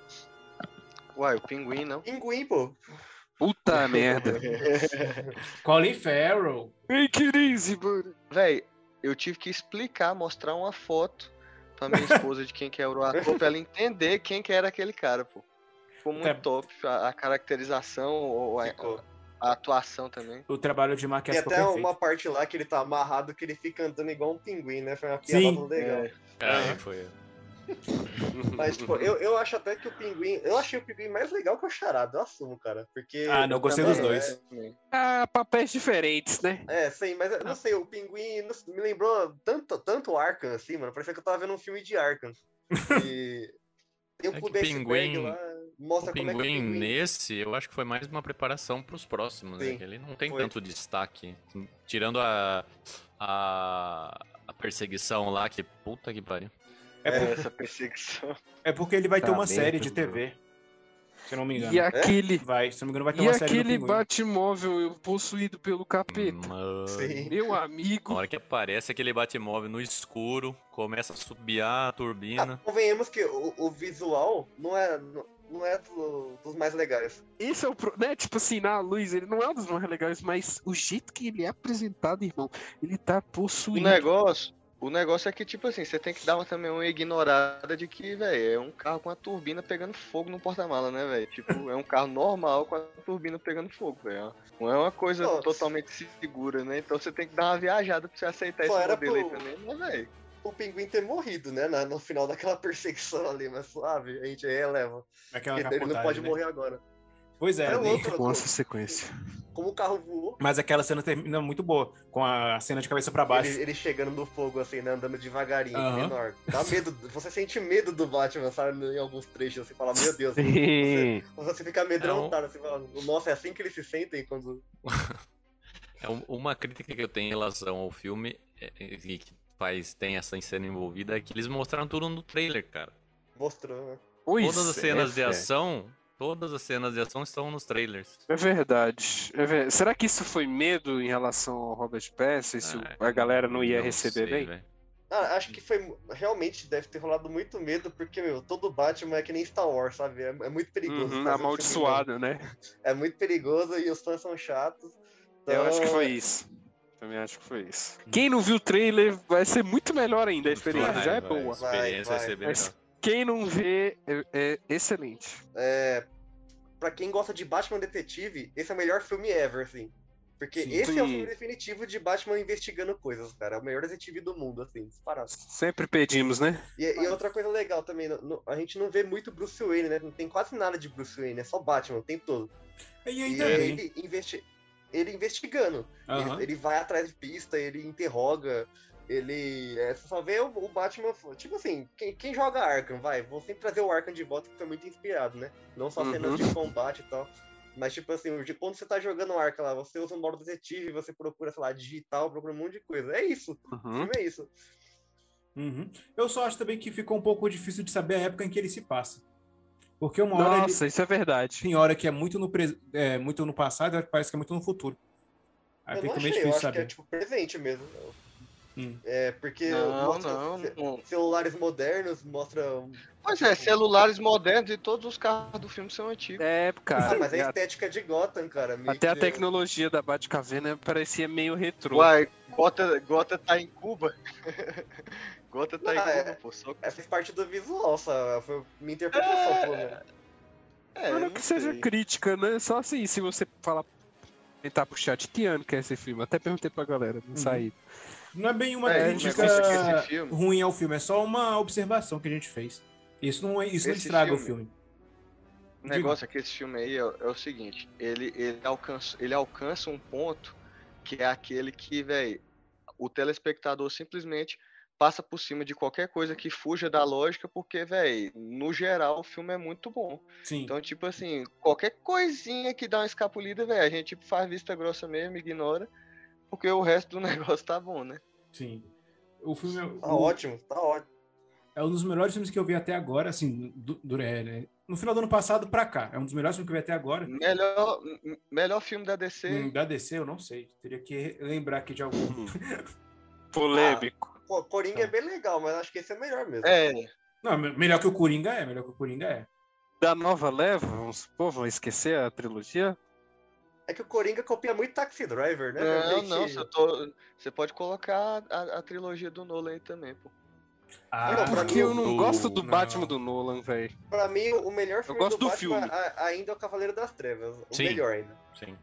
Speaker 8: Uai, o pinguim não.
Speaker 5: Pinguim, pô.
Speaker 4: Puta merda.
Speaker 3: Colin Farrell.
Speaker 4: Make it easy, mano.
Speaker 8: Véi, eu tive que explicar, mostrar uma foto pra minha esposa de quem que era o ator, pra ela entender quem que era aquele cara, pô. Ficou muito
Speaker 3: É.
Speaker 8: top a, a caracterização, ou a,
Speaker 5: Ficou.
Speaker 8: a atuação também.
Speaker 3: O trabalho de
Speaker 5: Tem
Speaker 3: maquiagem ficou
Speaker 5: até
Speaker 3: perfeito.
Speaker 5: uma parte lá que ele tá amarrado que ele fica andando igual um pinguim, né? Foi uma piada
Speaker 3: Sim.
Speaker 5: legal.
Speaker 7: é, foi.
Speaker 5: Mas, tipo, eu, eu acho até que o pinguim. Eu achei o pinguim mais legal que o charada, eu assumo, cara. Porque.
Speaker 3: Ah, não, eu gostei dos
Speaker 5: também,
Speaker 3: dois.
Speaker 4: Ah, papéis diferentes, né?
Speaker 5: É, sim, mas eu não sei, o pinguim não sei, me lembrou tanto, tanto Arkham, assim, mano. Parecia que eu tava vendo um filme de Arkham. E tem
Speaker 7: É
Speaker 5: um o
Speaker 7: que
Speaker 5: Clube Iceberg
Speaker 7: pinguim-
Speaker 5: lá, mostra
Speaker 7: O
Speaker 5: como é que o
Speaker 7: pinguim nesse, eu acho que foi mais uma preparação pros próximos, né?
Speaker 5: Sim,
Speaker 7: Que Ele não tem
Speaker 5: foi.
Speaker 7: tanto destaque. Tirando a, a, a perseguição lá, que puta que pariu.
Speaker 3: É, por-
Speaker 8: Essa perseguição.
Speaker 3: é porque ele vai ter
Speaker 4: Tá
Speaker 3: uma
Speaker 4: bem,
Speaker 3: série de
Speaker 4: tranquilo.
Speaker 3: TV. Se eu não me engano.
Speaker 4: E aquele.
Speaker 3: Vai, se eu não me engano, vai ter
Speaker 4: E
Speaker 3: uma série do
Speaker 4: aquele
Speaker 3: Pinguim.
Speaker 4: Batmóvel possuído pelo capeta.
Speaker 7: Mano.
Speaker 5: Sim.
Speaker 4: Meu
Speaker 7: Na
Speaker 4: amigo.
Speaker 7: hora que aparece aquele Batmóvel no escuro, começa a subir a
Speaker 5: Ah,
Speaker 7: turbina.
Speaker 5: convenhamos que o, o visual não é, não, não é do- dos mais legais.
Speaker 4: Esse é o. pro- Né? Tipo assim, na luz, ele não é um dos mais legais, mas o jeito que ele é apresentado, irmão, ele tá
Speaker 8: O
Speaker 4: possuído.
Speaker 8: negócio, o negócio é que, tipo assim, você tem que dar uma- também uma ignorada de que, velho, é um carro com a turbina pegando fogo no porta-mala, né, velho? Tipo, é um carro normal com a turbina pegando fogo, velho. Não é uma coisa
Speaker 5: Pô.
Speaker 8: totalmente segura, né? Então você tem que dar uma viajada pra você aceitar
Speaker 5: Pô,
Speaker 8: esse
Speaker 5: era
Speaker 8: modelo aí
Speaker 5: pro-
Speaker 8: também, né, velho?
Speaker 5: O pinguim ter morrido, né? na- no final daquela perseguição ali, mas suave, a gente releva.
Speaker 3: Aquela
Speaker 5: Porque ele não
Speaker 3: capotagem,
Speaker 5: pode
Speaker 3: né?
Speaker 5: morrer agora.
Speaker 3: Pois é,
Speaker 5: É
Speaker 3: nem-
Speaker 5: louco.
Speaker 4: Muito bom essa sequência.
Speaker 5: Como o carro voou,
Speaker 3: mas aquela cena termina muito boa, com a cena de cabeça pra baixo.
Speaker 5: ele, ele chegando no fogo, assim, né? Andando devagarinho,
Speaker 3: Aham.
Speaker 5: menor. Dá medo. Você sente medo do Batman, sabe? Em alguns trechos, você fala, meu Deus. Você,
Speaker 4: Sim.
Speaker 5: você fica amedrontado, você fala, nossa, é assim que eles se sentem quando.
Speaker 7: É um- uma crítica que eu tenho em relação ao filme é- é- e que faz, tem essa cena envolvida é que eles mostraram tudo no trailer, cara.
Speaker 5: Mostrou, né?
Speaker 4: Pois
Speaker 7: todas as
Speaker 4: é,
Speaker 7: cenas de
Speaker 4: velho.
Speaker 7: ação, todas as cenas de ação estão nos trailers.
Speaker 4: É verdade, é ver- Será que isso foi medo em relação ao Robert Pattinson? Se
Speaker 7: Ah,
Speaker 4: a galera não ia receber
Speaker 7: sei,
Speaker 4: bem?
Speaker 7: velho.
Speaker 5: Ah, acho que foi. mu- Realmente deve ter rolado muito medo, porque, meu, todo Batman é que nem Star Wars, sabe? É, é muito perigoso. fazer um
Speaker 4: Uhum,
Speaker 5: filme
Speaker 4: amaldiçoado, né?
Speaker 5: novo. É muito perigoso e os fãs são chatos.
Speaker 4: Eu acho que
Speaker 5: Então,
Speaker 4: foi isso. Também acho que foi isso. Quem não viu o trailer vai ser muito melhor ainda. A experiência
Speaker 7: Vai,
Speaker 4: já é
Speaker 7: vai,
Speaker 4: boa.
Speaker 7: A experiência vai,
Speaker 5: Vai,
Speaker 7: ser bem
Speaker 4: vai.
Speaker 7: melhor.
Speaker 4: Quem não vê é, é excelente.
Speaker 5: É, pra quem gosta de Batman Detetive, esse é o melhor filme ever, assim. Porque
Speaker 3: Sim.
Speaker 5: esse é o
Speaker 4: Sim.
Speaker 5: filme definitivo de Batman investigando coisas, cara. É o melhor detetive do mundo, assim, disparado.
Speaker 4: Sempre pedimos, né?
Speaker 5: E, e outra coisa legal também, no- no- a gente não vê muito Bruce Wayne, né? Não tem quase nada de Bruce Wayne, é só Batman o tempo todo.
Speaker 3: E
Speaker 5: E
Speaker 3: ainda
Speaker 5: é
Speaker 3: bem.
Speaker 5: ele, investi ele investigando. Ele-
Speaker 3: Aham.
Speaker 5: Ele, vai atrás de pista, ele interroga, ele. É, você só vê o, o Batman. Tipo assim, quem, quem joga Arkham, vai, vou sempre trazer o Arkham de volta que foi muito inspirado, né? Não só
Speaker 4: Uhum.
Speaker 5: cenas de combate e tal. Mas, tipo assim, de quando você tá jogando Arkham lá, você usa um modo detetive, você procura, sei lá, digital, procura um monte de coisa. É isso. O
Speaker 4: Uhum.
Speaker 5: filme é isso.
Speaker 3: Uhum. Eu só acho também que ficou um pouco difícil de saber a época em que ele se passa. Porque uma hora ele
Speaker 4: Nossa, isso é verdade.
Speaker 3: tem hora que é muito no, pres- é, muito no passado, e parece que é muito no futuro. Aí
Speaker 4: Ah,
Speaker 5: eu não
Speaker 3: fica meio
Speaker 5: achei, eu
Speaker 3: difícil
Speaker 5: acho que é
Speaker 3: saber.
Speaker 5: tipo presente mesmo.
Speaker 3: Hum.
Speaker 5: É, porque
Speaker 8: Não,
Speaker 5: mostra
Speaker 8: não,
Speaker 5: ce-
Speaker 8: não.
Speaker 5: celulares modernos, mostra. um-
Speaker 8: Pois é, celulares modernos e todos os carros do filme são antigos.
Speaker 4: É,
Speaker 5: Ah,
Speaker 4: cara.
Speaker 5: mas a
Speaker 4: a-
Speaker 5: estética de Gotham, cara. meio
Speaker 4: até a
Speaker 5: que-
Speaker 4: tecnologia da Batcaverna parecia meio retrô.
Speaker 8: Uai, Gota, Gota tá em Cuba. Gota tá
Speaker 5: Ah,
Speaker 8: em
Speaker 5: é.
Speaker 8: Cuba, pô. Só...
Speaker 5: É, fez parte do visual, sabe? Foi minha interpretação, pelo menos.
Speaker 4: Mas
Speaker 8: É,
Speaker 4: não
Speaker 8: eu
Speaker 4: que seja
Speaker 8: sei.
Speaker 4: crítica, né? Só assim, se você falar. Tentar puxar de que ano que é esse filme? Até perguntei pra galera, não
Speaker 3: Uhum.
Speaker 4: saí.
Speaker 3: Não é bem uma
Speaker 5: um
Speaker 8: É,
Speaker 4: mas
Speaker 3: crítica
Speaker 8: eu acho que esse filme-
Speaker 3: ruim ao filme, é só uma observação que a gente fez. Isso não, é- isso não
Speaker 8: Esse
Speaker 3: estraga o
Speaker 8: filme-
Speaker 3: filme.
Speaker 8: O negócio é que esse filme aí é, é o seguinte, ele, ele, alcança, ele alcança um ponto que é aquele que, velho, o telespectador simplesmente passa por cima de qualquer coisa que fuja da lógica, porque, velho, no geral o filme é muito bom.
Speaker 3: Sim.
Speaker 8: Então, tipo assim, qualquer coisinha que dá uma escapulida, velho, a gente tipo, faz vista grossa mesmo, ignora, porque o resto do negócio tá bom, né?
Speaker 3: Sim. O filme é,
Speaker 5: Tá
Speaker 3: o-
Speaker 5: ótimo, tá ótimo.
Speaker 3: é um dos melhores filmes que eu vi até agora, assim, do, do- é, né? no final do ano passado pra cá. É um dos melhores filmes que eu vi até agora.
Speaker 8: Melhor, m- melhor filme da DC.
Speaker 3: Hum, Da DC, eu não sei. Teria que lembrar aqui de algum.
Speaker 4: Polêmico.
Speaker 5: Pô, Coringa
Speaker 8: Tá.
Speaker 5: é bem legal, mas acho que esse é melhor mesmo.
Speaker 8: É,
Speaker 3: Não, me- melhor que o Coringa é, melhor que o Coringa é.
Speaker 4: Da nova leva, vamos supor, vão esquecer a trilogia?
Speaker 5: É que o Coringa copia muito Taxi Driver, né?
Speaker 8: Não,
Speaker 5: Meio
Speaker 8: não,
Speaker 5: que-
Speaker 8: você, tô- você pode colocar a, a trilogia do Nolan aí também, pô.
Speaker 5: Ah, não, pra
Speaker 4: Porque eu não
Speaker 7: do-
Speaker 4: gosto do
Speaker 3: não.
Speaker 4: Batman do Nolan, velho.
Speaker 5: Pra mim, o melhor filme
Speaker 4: gosto
Speaker 5: do
Speaker 4: do
Speaker 5: Batman
Speaker 4: filme.
Speaker 5: a- ainda é o Cavaleiro das Trevas. O
Speaker 7: Sim.
Speaker 5: melhor ainda.
Speaker 7: Sim.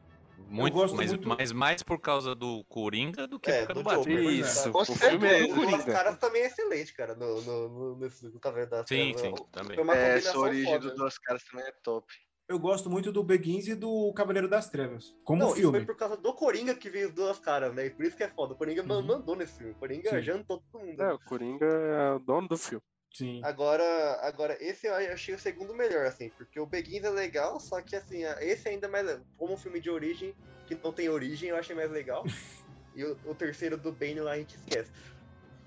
Speaker 7: Muito,
Speaker 3: gosto
Speaker 7: mas,
Speaker 3: muito-
Speaker 7: mas mais por causa do Coringa do que
Speaker 5: É,
Speaker 7: por causa do,
Speaker 5: do
Speaker 7: Batman.
Speaker 5: Joker.
Speaker 4: Isso,
Speaker 5: Com
Speaker 4: o
Speaker 8: certeza,
Speaker 4: filme é
Speaker 5: o
Speaker 4: do
Speaker 5: Duas
Speaker 4: Coringa.
Speaker 5: Caras também é excelente, cara, no, no, no, nesse- no Cavaleiro das
Speaker 7: Sim,
Speaker 5: Trevas.
Speaker 7: sim,
Speaker 5: Foi
Speaker 7: também.
Speaker 5: uma
Speaker 8: é, essa
Speaker 5: combinação
Speaker 8: origem
Speaker 5: foda.
Speaker 8: dos dois caras também é top.
Speaker 3: Eu gosto muito do Begins e do Cavaleiro das Trevas. Como
Speaker 5: Não, isso
Speaker 3: Um filme.
Speaker 5: foi por causa do Coringa que veio os duas caras, né? E por isso que é foda. O Coringa man-
Speaker 3: Uhum.
Speaker 5: mandou nesse filme. O Coringa
Speaker 3: Sim.
Speaker 5: jantou todo mundo.
Speaker 4: É, o Coringa é o dono do filme.
Speaker 3: Sim.
Speaker 5: Ah, Agora, agora, esse eu achei o segundo melhor, assim, porque o Begins é legal, só que assim, a- esse ainda é mais. Como um filme de origem, que não tem origem, eu achei mais legal. E o, o terceiro do Bane lá a gente esquece.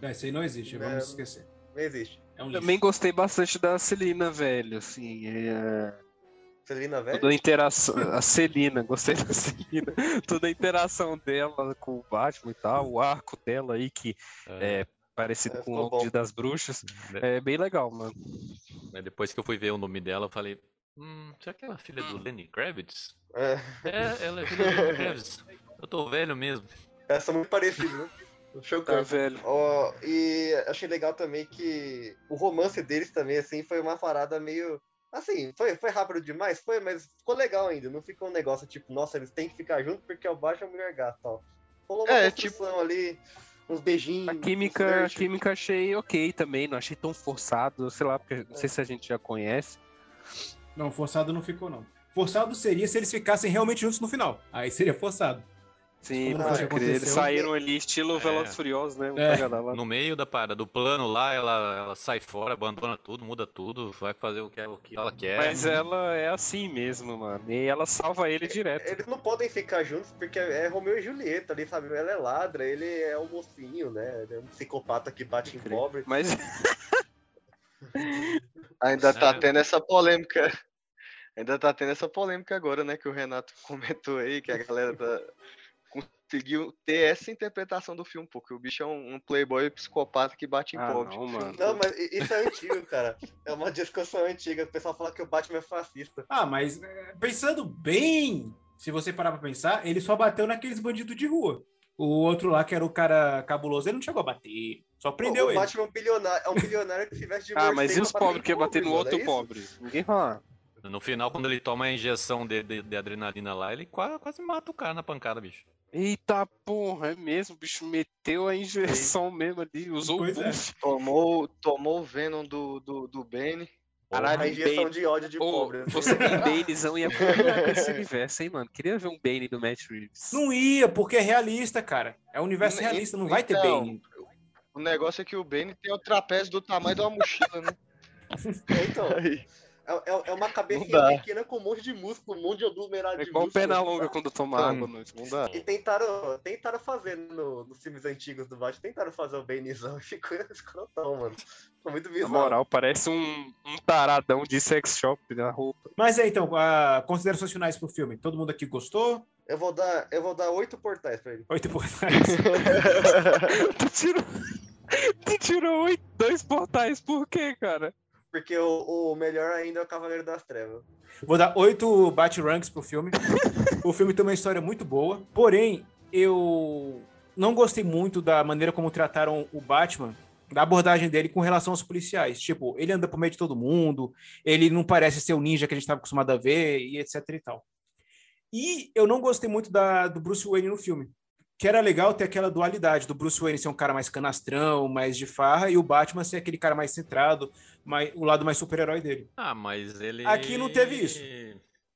Speaker 3: É, Esse aí não existe,
Speaker 5: Não.
Speaker 3: vamos esquecer.
Speaker 5: Não existe.
Speaker 3: É um lixo.
Speaker 4: Também gostei bastante da Celina, velho, assim, é,
Speaker 5: Celina velho?
Speaker 4: toda a interação, a Celina, gostei da Celina, toda a interação dela com o Batman e tal, o arco dela aí que
Speaker 7: É,
Speaker 4: é parecido
Speaker 5: É,
Speaker 4: com o
Speaker 5: ficou
Speaker 4: Longo
Speaker 5: bom.
Speaker 4: Dia das Bruxas,
Speaker 7: de-
Speaker 4: é bem legal, mano.
Speaker 7: né, Depois que eu fui ver o nome dela, eu falei. Hum, será que ela é filha do Lenny Kravitz?
Speaker 5: É,
Speaker 7: É, ela é filha do Lenny Kravitz. Eu tô velho mesmo.
Speaker 5: elas são muito parecidas, né?
Speaker 4: Tá,
Speaker 5: Chocante.
Speaker 4: velho.
Speaker 5: Ó, e achei legal também que o romance deles também, assim, foi uma parada meio. Assim, foi, foi rápido demais, foi, mas ficou legal ainda. Não ficou um negócio tipo, nossa, eles têm que ficar juntos porque é o baixo é a mulher gata, ó. Rolou uma
Speaker 8: É,
Speaker 5: construção ali, uns beijinhos.
Speaker 4: tipo, A
Speaker 5: uns
Speaker 4: química, a
Speaker 5: flirts.
Speaker 4: química achei ok também, não achei tão forçado, sei lá, porque não sei se a gente já conhece.
Speaker 3: Não, forçado não ficou, não. Forçado seria se eles ficassem realmente juntos no final. Aí seria forçado.
Speaker 4: Sim,
Speaker 5: Como
Speaker 4: pode
Speaker 5: que
Speaker 4: crer. Eles
Speaker 3: aconteceu?
Speaker 4: saíram ali, estilo
Speaker 7: É.
Speaker 4: Velozes Furiosos, né? Um
Speaker 3: É.
Speaker 4: cada lá.
Speaker 7: No meio da parada, do plano lá, ela, ela sai fora, abandona tudo, muda tudo, vai fazer o que ela, o que ela quer.
Speaker 4: Mas ela é assim mesmo, mano. E ela salva ele direto.
Speaker 5: Eles não podem ficar juntos porque é Romeu e Julieta ali, sabe? Ela é ladra, ele é um mocinho, né? Ele é um psicopata que bate em pobre.
Speaker 4: Mas
Speaker 8: Ainda tá
Speaker 7: Sério?
Speaker 8: tendo essa polêmica. Ainda tá tendo essa polêmica agora, né? Que o Renato comentou aí, que a galera tá- conseguiu ter essa interpretação do filme, porque o bicho é um, um playboy psicopata que bate em
Speaker 4: Ah,
Speaker 8: pobre.
Speaker 4: não, mano.
Speaker 5: Não, mas i- isso é antigo, cara. É uma discussão antiga. O pessoal fala que o Batman é fascista.
Speaker 3: Ah, mas é, pensando bem, se você parar pra pensar, ele só bateu naqueles bandidos de rua. O outro lá, que era o cara cabuloso, ele não chegou a bater. Só prendeu
Speaker 5: o
Speaker 3: ele.
Speaker 5: Batman é um bilionário, é um bilionário que se veste de
Speaker 4: Ah,
Speaker 5: morcego
Speaker 4: mas e os
Speaker 5: pra bater
Speaker 4: pobres que ia
Speaker 5: em
Speaker 4: bater no
Speaker 5: mano, é
Speaker 4: outro
Speaker 5: isso?
Speaker 4: pobre? Ninguém fala.
Speaker 7: No final, quando ele toma a injeção de, de- de adrenalina lá, ele qua- quase, mata o cara na pancada, bicho.
Speaker 4: Eita porra, é mesmo? O bicho meteu a injeção mesmo ali, usou
Speaker 3: Pois
Speaker 4: o
Speaker 3: é.
Speaker 4: buff.
Speaker 8: Tomou, tomou o Venom do, do, do Bane.
Speaker 5: A
Speaker 4: Caralho,
Speaker 5: injeção
Speaker 4: Bane.
Speaker 5: de ódio de
Speaker 4: Ô,
Speaker 5: pobre. assim.
Speaker 4: você tem Banezão é ia pular esse universo, hein, mano? Queria ver um Bane do Matt Reeves.
Speaker 3: Não ia, porque é realista, cara. É um universo
Speaker 8: Então,
Speaker 3: realista, não vai ter
Speaker 8: então,
Speaker 3: bem.
Speaker 8: O negócio é que o Bane tem o trapézio do tamanho de uma mochila, né?
Speaker 5: É, Então,
Speaker 8: Aí,
Speaker 5: é, é- é uma
Speaker 8: dá.
Speaker 5: cabecinha pequena com um monte de músculo, um monte de aglomerado
Speaker 4: É
Speaker 5: de
Speaker 4: igual o pé
Speaker 5: músculo.
Speaker 4: na longa quando toma
Speaker 8: Então,
Speaker 4: água, noite. Não dá.
Speaker 5: E tentaram, tentaram fazer no, nos filmes antigos do Batman, tentaram fazer o Benizão e ficou escrotão, mano. Ficou muito
Speaker 4: Na
Speaker 5: bizarro.
Speaker 4: moral, parece um, um taradão de sex shop na roupa.
Speaker 3: Mas é, então, ah, considerações finais pro filme. Todo mundo aqui gostou?
Speaker 5: Eu vou dar, eu vou dar oito portais pra ele.
Speaker 3: Oito portais.
Speaker 4: tu tirou. Tu tirou oito, dois portais, por quê, cara?
Speaker 5: Porque o, o melhor ainda é o Cavaleiro das Trevas.
Speaker 3: Vou dar oito Bat-Ranks pro filme. o filme tem uma história muito boa. Porém, eu não gostei muito da maneira como trataram o Batman, da abordagem dele com relação aos policiais. Tipo, ele anda por meio de todo mundo, ele não parece ser o ninja que a gente estava acostumado a ver, e etc e tal. E eu não gostei muito da, do Bruce Wayne no filme. Que era legal ter aquela dualidade do Bruce Wayne ser um cara mais canastrão, mais de farra, e o Batman ser aquele cara mais centrado, mais, o lado mais super-herói dele.
Speaker 7: Ah, mas ele.
Speaker 3: Aqui não teve isso.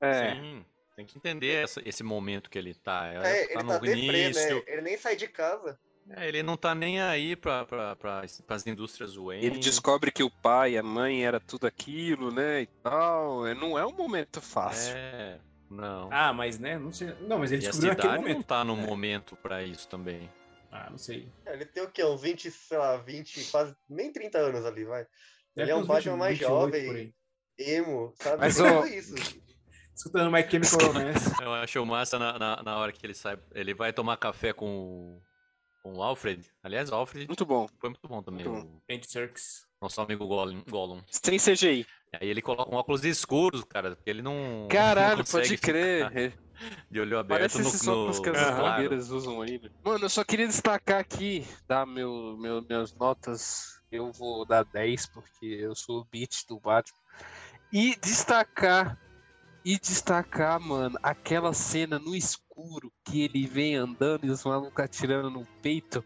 Speaker 4: É.
Speaker 7: Sim. Tem que entender essa- esse momento que ele tá. Ele
Speaker 5: É,
Speaker 7: tá
Speaker 5: ele
Speaker 7: no
Speaker 5: tá deprê,
Speaker 7: início.
Speaker 5: né? Ele nem sai de casa.
Speaker 7: É, ele não tá nem aí pra, pra, pra, pras indústrias Wayne.
Speaker 4: Ele descobre que o pai e a mãe era tudo aquilo, né? E tal. É, Não é um momento fácil.
Speaker 7: É, não.
Speaker 3: Ah, mas né, não sei. Não, mas ele
Speaker 7: e a
Speaker 3: descobriu naquele
Speaker 7: cidade não
Speaker 3: momento. É.
Speaker 7: tá no momento pra isso também.
Speaker 3: Ah, não sei.
Speaker 5: É, Ele tem o quê? Uns 20, sei lá, 20, quase nem 30 anos ali, vai.
Speaker 3: Deve
Speaker 5: Ele
Speaker 3: ter
Speaker 5: é um
Speaker 3: uns
Speaker 5: Batman
Speaker 3: 20,
Speaker 5: mais
Speaker 3: 28
Speaker 5: jovem.
Speaker 3: por aí.
Speaker 5: Emo, sabe?
Speaker 4: Mas,
Speaker 5: Tudo
Speaker 4: ô,
Speaker 5: isso.
Speaker 3: Escutando My Chemical Romance.
Speaker 7: Eu acho massa na, na, na hora que ele sai. Ele vai tomar café com o, com o Alfred. Aliás, o Alfred
Speaker 4: Muito bom.
Speaker 7: foi muito bom também.
Speaker 4: Muito
Speaker 7: o
Speaker 3: Andy Serkis.
Speaker 7: nosso amigo Gollum. Gollum.
Speaker 4: Sem CGI.
Speaker 7: Aí ele coloca um óculos escuros, cara. Porque ele não. não
Speaker 4: Caralho,
Speaker 7: consegue
Speaker 4: pode crer.
Speaker 7: ficar De olho aberto
Speaker 4: Parece esses
Speaker 7: no, no,
Speaker 4: óculos que as
Speaker 7: no claro.
Speaker 4: blogueiras usam aí. né? Mano, eu só queria destacar aqui, dar meu, meu, minhas notas. Eu vou dar 10, porque eu sou o beat do Batman. E destacar, e destacar, mano, aquela cena no escuro que ele vem andando e os malucos atirando no peito.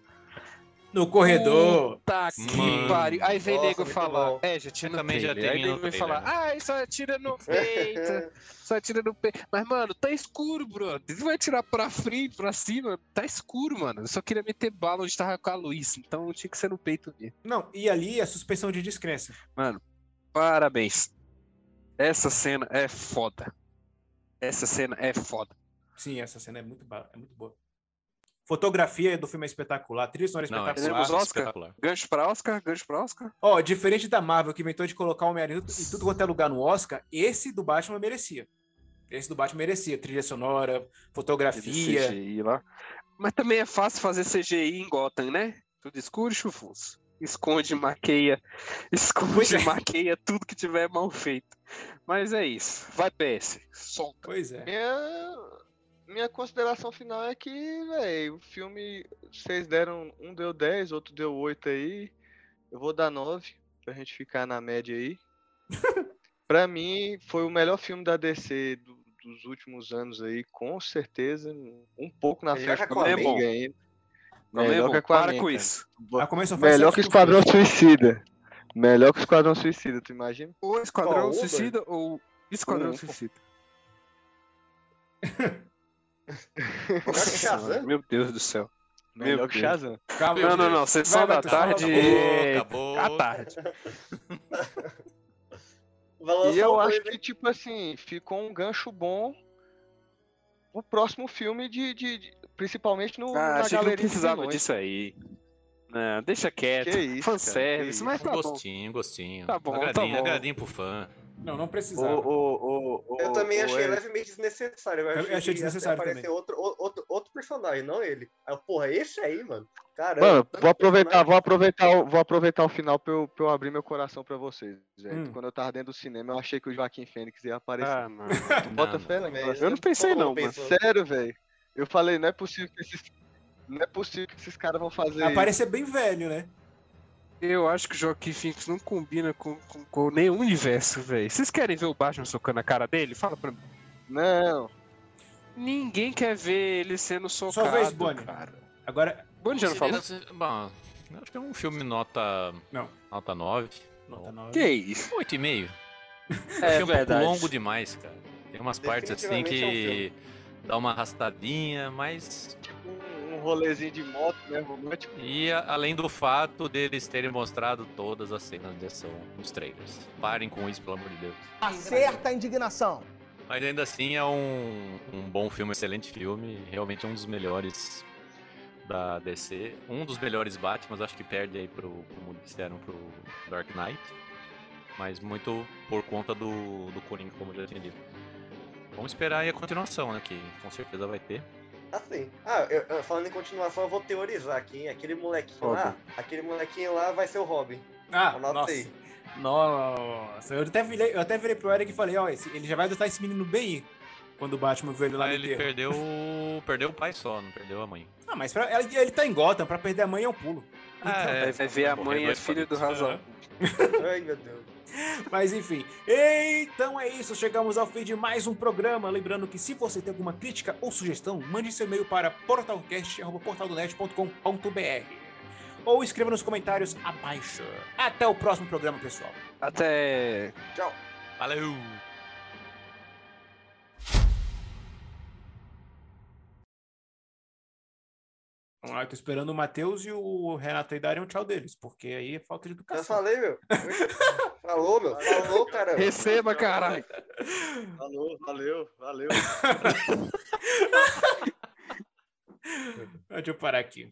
Speaker 3: No corredor.
Speaker 4: Tá que
Speaker 7: Mano.
Speaker 4: pariu. Aí vem
Speaker 5: Nossa,
Speaker 4: nego
Speaker 5: muito
Speaker 4: falar.
Speaker 5: bom.
Speaker 4: É, já tinha
Speaker 7: Eu
Speaker 4: no
Speaker 7: também já
Speaker 4: trailer. Aí
Speaker 7: tenho
Speaker 4: nego
Speaker 7: no né?
Speaker 4: vem
Speaker 7: trailer,
Speaker 4: falar, ah, só atira no peito. Só atira no peito. Mas, mano, tá escuro, brother. Ele vai atirar pra frente, pra cima. Tá escuro, mano. Eu só queria meter bala onde tava com a luz. Então tinha que ser no peito mesmo.
Speaker 3: Não, e ali a suspensão de descrença.
Speaker 4: Parabéns. Essa cena é foda. Essa cena é foda.
Speaker 3: Sim, essa cena é muito, ba- é muito boa. Fotografia do filme é espetacular, trilha sonora é
Speaker 7: Não, é
Speaker 4: Teremos
Speaker 3: espetacular.
Speaker 4: né? Oscar?
Speaker 7: espetacular.
Speaker 4: Gancho pra Oscar, gancho pra Oscar.
Speaker 3: Ó, diferente da Marvel, que inventou de colocar o Homem-Aranha em tudo quanto é lugar no Oscar, esse do Batman merecia. Esse do Batman merecia. Trilha sonora, fotografia.
Speaker 4: CGI lá. Mas também é fácil fazer CGI em Gotham, né? Tudo escuro e chuvoso. Esconde, maqueia.
Speaker 3: Pois
Speaker 4: Esconde,
Speaker 3: é.
Speaker 4: maqueia tudo que tiver mal feito. Mas é isso. Vai, PS. Solta.
Speaker 3: Pois é.
Speaker 8: Minha, minha consideração final é que, velho, o filme. Vocês deram. Um deu 10, outro deu 8 aí. Eu vou dar 9, pra gente ficar na média aí. pra mim, foi o melhor filme da DC do- dos últimos anos aí, com certeza. Um pouco na
Speaker 5: Melhor
Speaker 8: frente
Speaker 5: que
Speaker 8: do
Speaker 5: Aquaman,
Speaker 8: Coringa ainda.
Speaker 4: Não é
Speaker 8: Melhor
Speaker 4: bom.
Speaker 8: que Aquaman,
Speaker 4: Para com
Speaker 8: cara.
Speaker 4: isso.
Speaker 3: A começo
Speaker 8: Melhor que Esquadrão Suicida. Melhor que Esquadrão Suicida, tu imagina?
Speaker 4: Ou Esquadrão
Speaker 5: Ó, Uber.
Speaker 4: Suicida ou Esquadrão
Speaker 8: Um.
Speaker 4: Suicida.
Speaker 5: que Shazam?
Speaker 4: Meu Deus do céu. Meu
Speaker 8: Melhor que
Speaker 4: Deus.
Speaker 8: Shazam.
Speaker 3: Calma,
Speaker 4: Não,
Speaker 3: meu
Speaker 4: não,
Speaker 3: Deus.
Speaker 4: não. Sessão
Speaker 3: Vai, vai,
Speaker 4: da
Speaker 3: tu fala,
Speaker 4: tarde.
Speaker 7: Acabou,
Speaker 4: À
Speaker 7: acabou.
Speaker 4: tarde.
Speaker 5: Vai lançar
Speaker 8: E eu
Speaker 5: uma
Speaker 8: acho
Speaker 5: coisa
Speaker 8: que, tipo assim, ficou um gancho bom pro próximo filme de. de- de- principalmente no,
Speaker 4: Ah,
Speaker 8: na
Speaker 4: achei que não
Speaker 8: galeria de
Speaker 4: precisava
Speaker 8: vilões.
Speaker 4: disso aí. Não, deixa quieto.
Speaker 8: Que isso, cara,
Speaker 4: Fanservice,
Speaker 8: que
Speaker 4: mas tá bom.
Speaker 7: Gostinho, gostinho.
Speaker 4: Tá bom, tá
Speaker 7: agradinho,
Speaker 4: bom.
Speaker 7: agradinho pro fã.
Speaker 3: Não, não
Speaker 8: Ô,
Speaker 3: precisava.
Speaker 8: ô, ô, ô,
Speaker 5: Eu também
Speaker 8: ô,
Speaker 5: achei
Speaker 8: Eric,
Speaker 5: levemente desnecessário.
Speaker 3: Eu
Speaker 5: achei,
Speaker 3: achei
Speaker 5: que ia
Speaker 3: desnecessário
Speaker 5: aparecer
Speaker 3: também.
Speaker 5: Outro, o- outro, outro personagem, não ele. Aí, eu, porra, esse aí, mano. Caramba.
Speaker 8: Mano,
Speaker 5: tanto
Speaker 8: vou aproveitar,
Speaker 5: personagem.
Speaker 8: vou aproveitar, o- vou aproveitar o final pra eu, pra eu abrir meu coração pra vocês, velho.
Speaker 3: Hum.
Speaker 8: Quando eu tava dentro do cinema, eu achei que o Joaquim Fênix ia aparecer.
Speaker 4: Ah, não.
Speaker 8: Tu bota
Speaker 7: não.
Speaker 8: fé, né?
Speaker 5: Também,
Speaker 4: Eu não pensei
Speaker 5: todo mundo
Speaker 4: não, mano.
Speaker 5: pensou.
Speaker 8: Sério, velho. Eu falei, não é possível que esses. Não é possível que esses caras vão fazer. isso.
Speaker 3: Aparece bem velho, né?
Speaker 4: Eu acho que o Joaquim Phoenix não combina com, com, com nenhum universo, velho. Vocês querem ver o Batman socando a cara dele? Fala pra mim.
Speaker 8: Não.
Speaker 4: Ninguém quer ver ele sendo socado,
Speaker 3: vez, Bonnie.
Speaker 4: cara.
Speaker 3: Agora,
Speaker 4: Bonnie já não falou?
Speaker 7: Considera- Bom, eu acho que é um filme nota.
Speaker 3: Não.
Speaker 7: Nota 9.
Speaker 3: nota
Speaker 7: Nota
Speaker 3: nove.
Speaker 4: Que isso?
Speaker 7: 8,5.
Speaker 4: É
Speaker 7: filme um pouco
Speaker 4: verdade. é um
Speaker 7: longo demais, cara. Tem umas partes assim
Speaker 5: Definitivamente
Speaker 7: que dá uma arrastadinha, mas.
Speaker 8: Tipo um, um rolezinho de moto, né? Romântico.
Speaker 7: E a- além do fato deles terem mostrado todas as cenas de ação nos trailers. Parem com isso, pelo amor de Deus.
Speaker 9: Acerta a indignação.
Speaker 7: Mas ainda assim é um, um bom filme, excelente filme. Realmente é um dos melhores da DC. Um dos melhores Batman, acho que perde aí pro, como disseram, pro Dark Knight. Mas muito por conta do, do Coringa, como eu já tinha dito. Vamos esperar aí a continuação, né? Que com certeza vai ter.
Speaker 5: Assim. Ah, eu- eu- falando em continuação, eu vou teorizar aqui, hein? Aquele molequinho lá. Aquele molequinho lá vai ser o Robin.
Speaker 3: Ah,
Speaker 5: Anota
Speaker 3: nossa.
Speaker 5: aí.
Speaker 3: Nossa, eu até, virei, eu até virei pro Eric e falei, ó, esse- ele já vai adotar esse menino bem quando o Batman veio lá
Speaker 7: Ah,
Speaker 3: no
Speaker 7: ele
Speaker 3: enterro.
Speaker 7: perdeu, o- perdeu o pai só, não perdeu a mãe.
Speaker 3: Ah, mas pra, ele, ele tá em Gotham, pra perder a mãe é um pulo.
Speaker 7: Ah,
Speaker 3: Então,
Speaker 4: Vai, vai ver a
Speaker 7: Morrer
Speaker 4: mãe e a
Speaker 7: dois
Speaker 4: filha do
Speaker 7: palitos.
Speaker 4: Razão.
Speaker 5: Ai, meu Deus.
Speaker 3: Mas enfim, então é isso. Chegamos ao fim de mais um programa. Lembrando que se você tem alguma crítica ou sugestão, mande seu e-mail para portalcast.portaldonet.com.br ou escreva nos comentários abaixo. Até o próximo programa, pessoal.
Speaker 4: Até
Speaker 5: Tchau.
Speaker 7: Valeu!
Speaker 3: Ah, eu tô esperando o Matheus e o Renato aí darem um tchau deles, porque aí é falta de
Speaker 5: Eu
Speaker 3: educação.
Speaker 5: falei, meu. Falou, meu. Falou, cara.
Speaker 4: Receba, caralho.
Speaker 8: Falou, valeu, valeu.
Speaker 3: Deixa eu parar aqui.